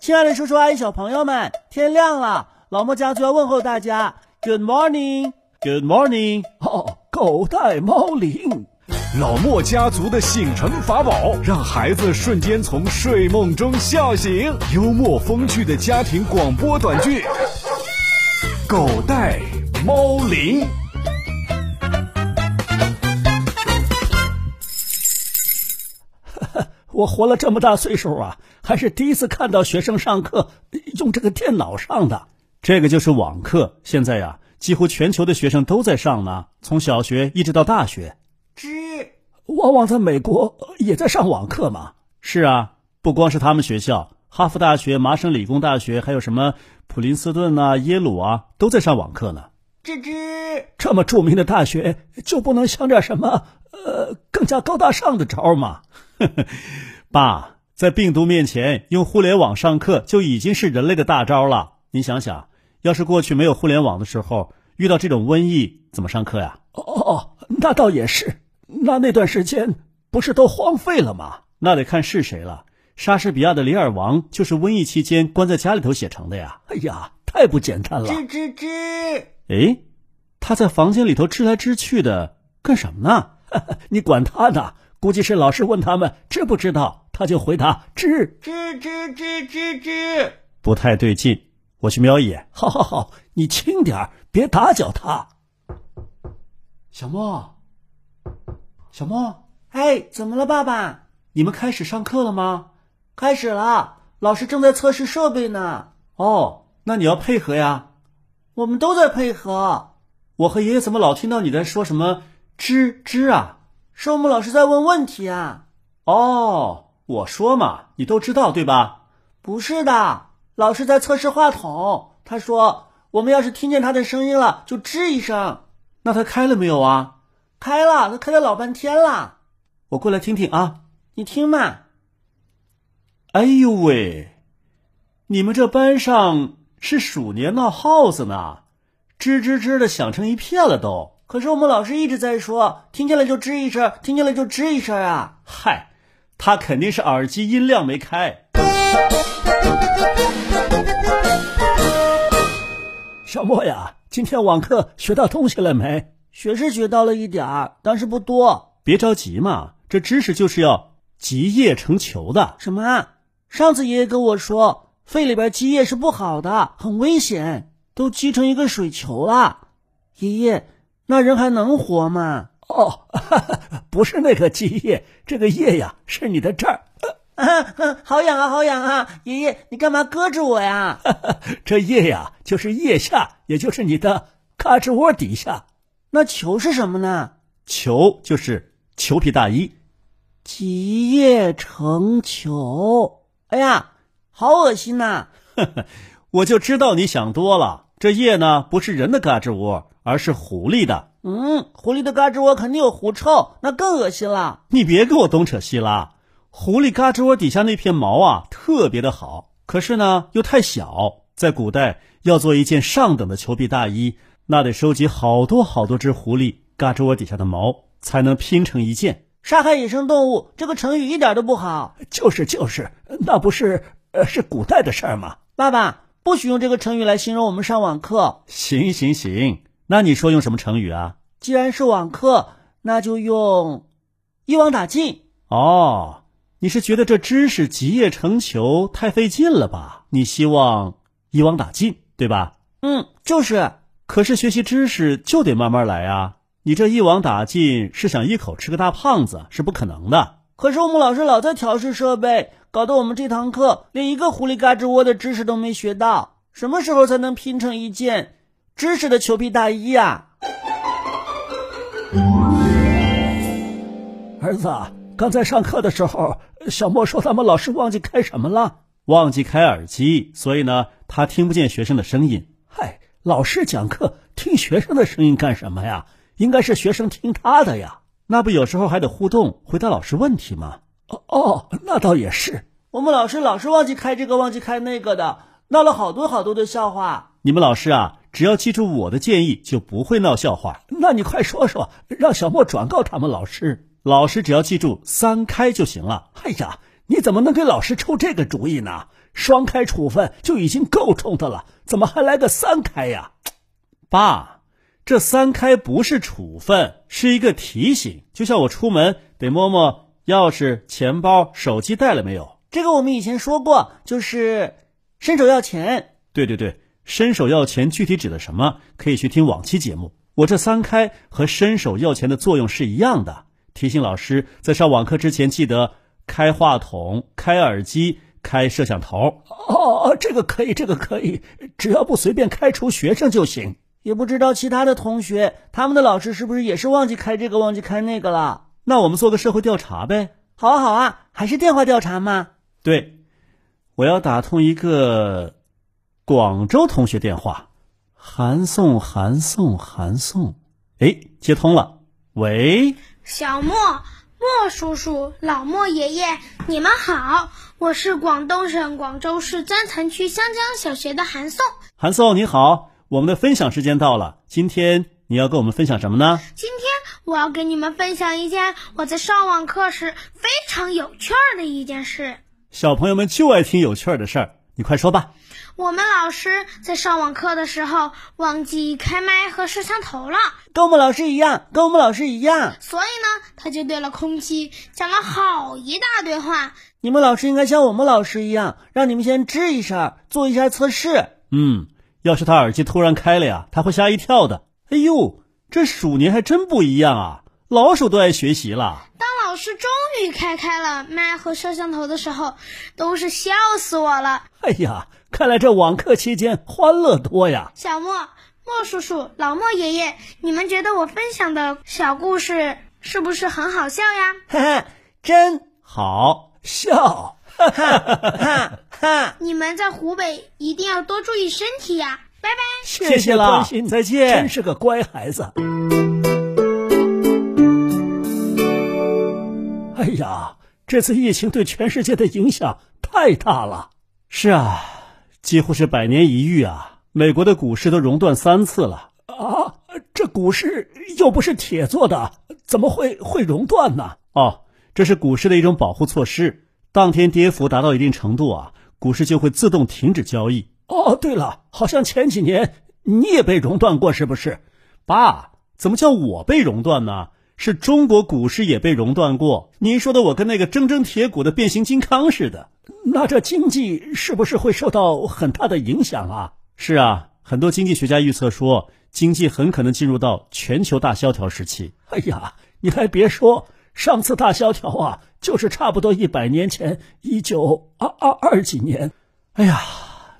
亲爱的叔叔阿姨、小朋友们，天亮了，老莫家族要问候大家。Good morning，Good morning。哦，狗带猫铃。老莫家族的醒神法宝，让孩子瞬间从睡梦中笑醒。幽默风趣的家庭广播短剧，《狗带猫铃》。我活了这么大岁数啊，还是第一次看到学生上课用这个电脑上的。这个就是网课，现在呀、啊，几乎全球的学生都在上呢，从小学一直到大学。吱，往往在美国也在上网课嘛。是啊，不光是他们学校，哈佛大学、麻省理工大学，还有什么普林斯顿啊、耶鲁啊，都在上网课呢。吱吱，这么著名的大学就不能想点什么呃更加高大上的招吗？ 爸，在病毒面前，用互联网上课就已经是人类的大招了。你想想，要是过去没有互联网的时候，遇到这种瘟疫怎么上课呀？哦哦，那倒也是。那那段时间不是都荒废了吗？那得看是谁了。莎士比亚的《李尔王》就是瘟疫期间关在家里头写成的呀。哎呀，太不简单了！吱吱吱！哎，他在房间里头吱来吱去的，干什么呢？ 你管他呢。估计是老师问他们知不知道，他就回答知知知知知知。不太对劲，我去瞄一眼。好好好，你轻点儿，别打搅他。小莫，小莫，哎，怎么了，爸爸？你们开始上课了吗？开始了，老师正在测试设备呢。哦，那你要配合呀。我们都在配合。我和爷爷怎么老听到你在说什么“吱吱”啊？寿母老师在问问题啊！哦，我说嘛，你都知道对吧？不是的，老师在测试话筒。他说，我们要是听见他的声音了，就吱一声。那他开了没有啊？开了，他开了老半天了。我过来听听啊，你听嘛。哎呦喂，你们这班上是鼠年闹耗子呢，吱吱吱的响成一片了都。可是我们老师一直在说，听见了就吱一声，听见了就吱一声啊！嗨，他肯定是耳机音量没开。小莫呀，今天网课学到东西了没？学是学到了一点儿，但是不多。别着急嘛，这知识就是要集腋成裘的。什么？上次爷爷跟我说，肺里边积液是不好的，很危险，都积成一个水球了。爷爷。那人还能活吗？哦， 哈哈不是那个积液，这个液呀是你的这儿、啊啊， 好痒啊，好痒啊！爷爷，你干嘛搁着我呀？哈这液呀就是腋下，也就是你的胳肢窝底下。那球是什么呢？球就是裘皮大衣。集腋成裘，哎呀，好恶心呐、啊！ 我就知道你想多了。这腋呢不是人的胳肢窝。而是狐狸的，嗯，狐狸的胳肢窝肯定有狐臭，那更恶心了。你别跟我东扯西拉，狐狸胳肢窝底下那片毛啊，特别的好，可是呢又太小。在古代，要做一件上等的裘皮大衣，那得收集好多好多只狐狸胳肢窝底下的毛，才能拼成一件。杀害野生动物这个成语一点都不好。就是就是， 那不是呃是古代的事儿吗？爸爸，不许用这个成语来形容我们上网课。行行行。那你说用什么成语啊？既然是网课，那就用“一网打尽”。哦，你是觉得这知识集腋成裘太费劲了吧？你希望一网打尽，对吧？嗯，就是。可是学习知识就得慢慢来啊！你这一网打尽是想一口吃个大胖子是不可能的。可是我们老师老在调试设备，搞得我们这堂课连一个狐狸嘎吱窝的知识都没学到。什么时候才能拼成一件？知识的裘皮大衣啊！儿子，刚才上课的时候，小莫说他们老师忘记开什么了，忘记开耳机，所以呢，他听不见学生的声音。嗨，老师讲课听学生的声音干什么呀？应该是学生听他的呀。那不有时候还得互动，回答老师问题吗？哦哦，那倒也是。我们老师老是忘记开这个，忘记开那个的，闹了好多好多的笑话。你们老师啊？只要记住我的建议，就不会闹笑话。那你快说说，让小莫转告他们老师。老师只要记住三开就行了。哎呀，你怎么能给老师出这个主意呢？双开处分就已经够冲的了，怎么还来个三开呀？爸，这三开不是处分，是一个提醒。就像我出门得摸摸钥匙、钱包、手机带了没有。这个我们以前说过，就是伸手要钱。对对对，伸手要钱具体指的什么？可以去听往期节目。我这三开和伸手要钱的作用是一样的，提醒老师在上网课之前记得开话筒、开耳机、开摄像头。哦，这个可以，这个可以，只要不随便开除学生就行。也不知道其他的同学，他们的老师是不是也是忘记开这个，忘记开那个了？那我们做个社会调查呗。好啊，好啊，还是电话调查嘛。对，我要打通一个广州同学电话。韩宋，韩宋，韩宋，哎，接通了。喂，小莫，莫叔叔，老莫爷爷，你们好，我是广东省广州市增城区香江小学的韩宋。韩宋，你好。我们的分享时间到了，今天你要跟我们分享什么呢？今天我要跟你们分享一件我在上网课时非常有趣儿的一件事。小朋友们就爱听有趣儿的事儿，你快说吧。我们老师在上网课的时候忘记开麦和摄像头了，跟我们老师一样，跟我们老师一样。所以呢，他就对了空气讲了好一大堆话。你们老师应该像我们老师一样，让你们先吱一声，做一下测试。嗯。要是他耳机突然开了呀，他会吓一跳的。哎呦，这鼠年还真不一样啊！老鼠都爱学习了。当老师终于开开了麦和摄像头的时候，都是笑死我了。哎呀，看来这网课期间欢乐多呀！小莫、莫叔叔、老莫爷爷，你们觉得我分享的小故事是不是很好笑呀？哈哈，真好笑。哈哈哈！你们在湖北一定要多注意身体呀、啊，拜拜！谢谢了，再见！真是个乖孩子。哎呀，这次疫情对全世界的影响太大了。是啊，几乎是百年一遇啊！美国的股市都熔断三次了啊！这股市又不是铁做的，怎么会会熔断呢？哦，这是股市的一种保护措施。当天跌幅达到一定程度啊，股市就会自动停止交易。哦，对了，好像前几年你也被熔断过，是不是？爸，怎么叫我被熔断呢？是中国股市也被熔断过。您说的我跟那个铮铮铁骨的变形金刚似的。那这经济是不是会受到很大的影响啊？是啊，很多经济学家预测说，经济很可能进入到全球大萧条时期。哎呀，你还别说。上次大萧条啊，就是差不多一百年前，一九二二二几年。哎呀，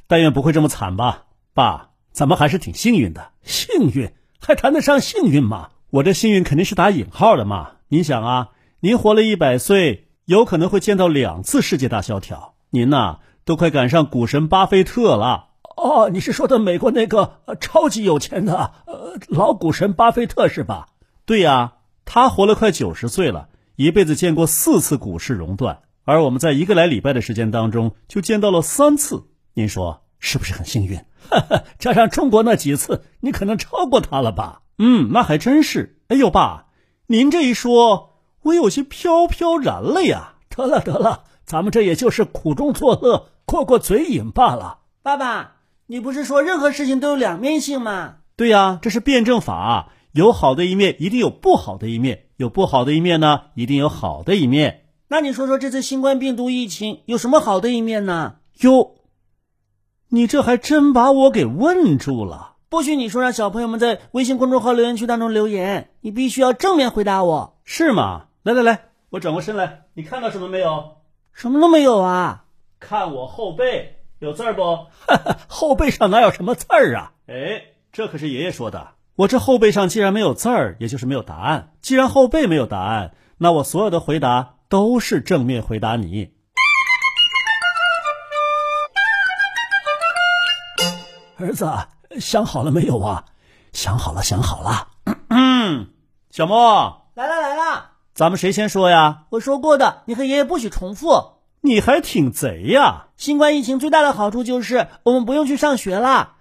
但愿不会这么惨吧，爸，咱们还是挺幸运的。幸运还谈得上幸运吗？我这幸运肯定是打引号的嘛。您想啊，您活了一百岁，有可能会见到两次世界大萧条。您呐、啊，都快赶上股神巴菲特了。哦，你是说的美国那个呃超级有钱的呃老股神巴菲特是吧？对呀、啊。他活了快九十岁了，一辈子见过四次股市熔断，而我们在一个来礼拜的时间当中就见到了三次。您说是不是很幸运？哈哈，加上中国那几次，你可能超过他了吧？嗯，那还真是。哎呦，爸，您这一说，我有些飘飘然了呀。得了得了，咱们这也就是苦中作乐，过过嘴瘾罢了。爸爸，你不是说任何事情都有两面性吗？对呀、啊，这是辩证法。有好的一面，一定有不好的一面；有不好的一面呢，一定有好的一面。那你说说这次新冠病毒疫情有什么好的一面呢？哟，你这还真把我给问住了！不许你说让小朋友们在微信公众号留言区当中留言，你必须要正面回答我，是吗？来来来，我转过身来，你看到什么没有？什么都没有啊！看我后背有字儿 不？后背上哪有什么字儿啊？哎，这可是爷爷说的。我这后背上既然没有字儿，也就是没有答案。既然后背没有答案，那我所有的回答都是正面回答你。儿子，想好了没有啊？想好了，想好了。嗯，小莫，来了来了，咱们谁先说呀？我说过的，你和爷爷不许重复。你还挺贼呀！新冠疫情最大的好处就是我们不用去上学了。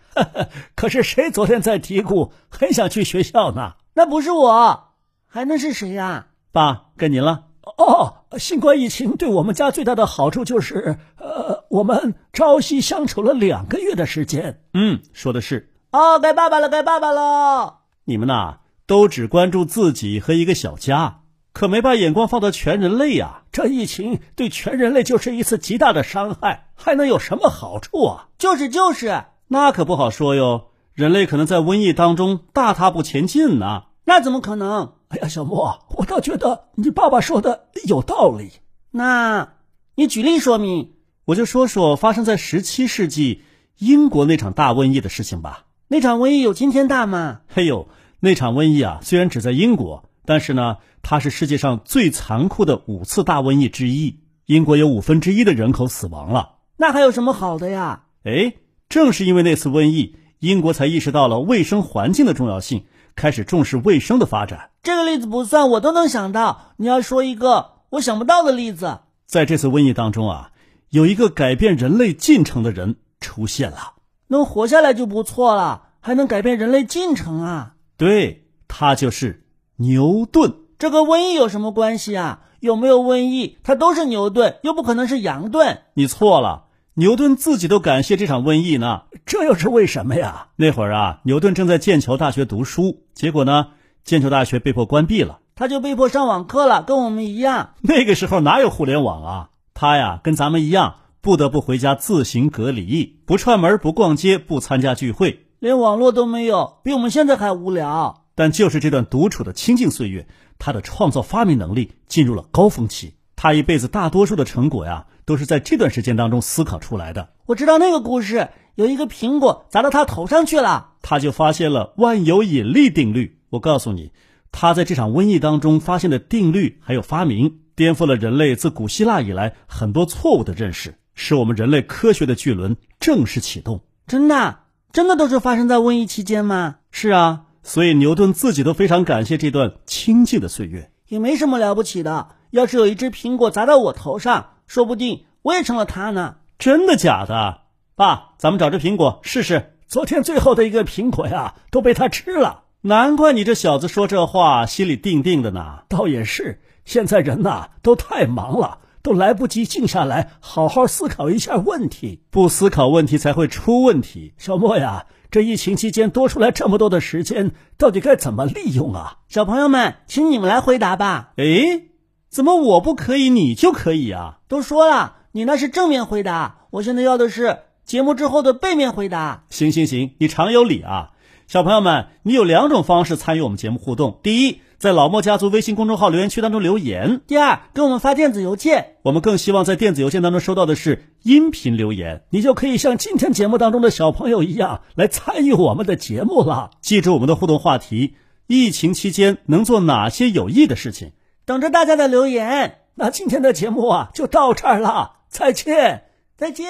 可是谁昨天在嘀咕很想去学校呢？那不是我，还能是谁呀、啊？爸，该您了。哦哦，新冠疫情对我们家最大的好处就是，呃，我们朝夕相处了两个月的时间。嗯，说的是。哦，该爸爸了，该爸爸了。你们呐，都只关注自己和一个小家，可没把眼光放到全人类呀、啊。这疫情对全人类就是一次极大的伤害，还能有什么好处啊？就是就是，那可不好说哟。人类可能在瘟疫当中大踏步前进呢、啊。那怎么可能？哎呀，小莫，我倒觉得你爸爸说的有道理。那，你举例说明。我就说说发生在十七世纪英国那场大瘟疫的事情吧。那场瘟疫有今天大吗？嘿呦，那场瘟疫啊，虽然只在英国，但是呢，它是世界上最残酷的五次大瘟疫之一。英国有五分之一的人口死亡了。那还有什么好的呀？哎，正是因为那次瘟疫，英国才意识到了卫生环境的重要性。开始重视卫生的发展，这个例子不算，我都能想到。你要说一个我想不到的例子，在这次瘟疫当中啊，有一个改变人类进程的人出现了，能活下来就不错了，还能改变人类进程啊！对，他就是牛顿。这跟瘟疫有什么关系啊？有没有瘟疫，他都是牛顿，又不可能是羊顿。你错了。牛顿自己都感谢这场瘟疫呢，这又是为什么呀？那会儿啊，牛顿正在剑桥大学读书，结果呢，剑桥大学被迫关闭了，他就被迫上网课了，跟我们一样。那个时候哪有互联网啊？他呀，跟咱们一样，不得不回家自行隔离，不串门，不逛街，不参加聚会，连网络都没有，比我们现在还无聊。但就是这段独处的清静岁月，他的创造发明能力进入了高峰期。他一辈子大多数的成果呀。都是在这段时间当中思考出来的。我知道那个故事，有一个苹果砸到他头上去了，他就发现了万有引力定律。我告诉你，他在这场瘟疫当中发现的定律还有发明，颠覆了人类自古希腊以来很多错误的认识，使我们人类科学的巨轮正式启动。真的，啊真的都是发生在瘟疫期间吗？是啊，所以牛顿自己都非常感谢这段清静的岁月。也没什么了不起的，要是有一只苹果砸到我头上。说不定我也成了他呢！真的假的？爸，咱们找只苹果试试。昨天最后的一个苹果呀，都被他吃了。难怪你这小子说这话心里定定的呢。倒也是，现在人呐、啊、都太忙了，都来不及静下来好好思考一下问题。不思考问题才会出问题。小莫呀，这疫情期间多出来这么多的时间，到底该怎么利用啊？小朋友们，请你们来回答吧。诶。怎么我不可以，你就可以啊？都说了，你那是正面回答，我现在要的是节目之后的背面回答。行行行，你常有理啊！小朋友们，你有两种方式参与我们节目互动：第一，在老莫家族微信公众号留言区当中留言；第二，给我们发电子邮件。我们更希望在电子邮件当中收到的是音频留言，你就可以像今天节目当中的小朋友一样来参与我们的节目了。记住我们的互动话题：疫情期间能做哪些有益的事情？等着大家的留言，那今天的节目啊就到这儿了，再见，再见。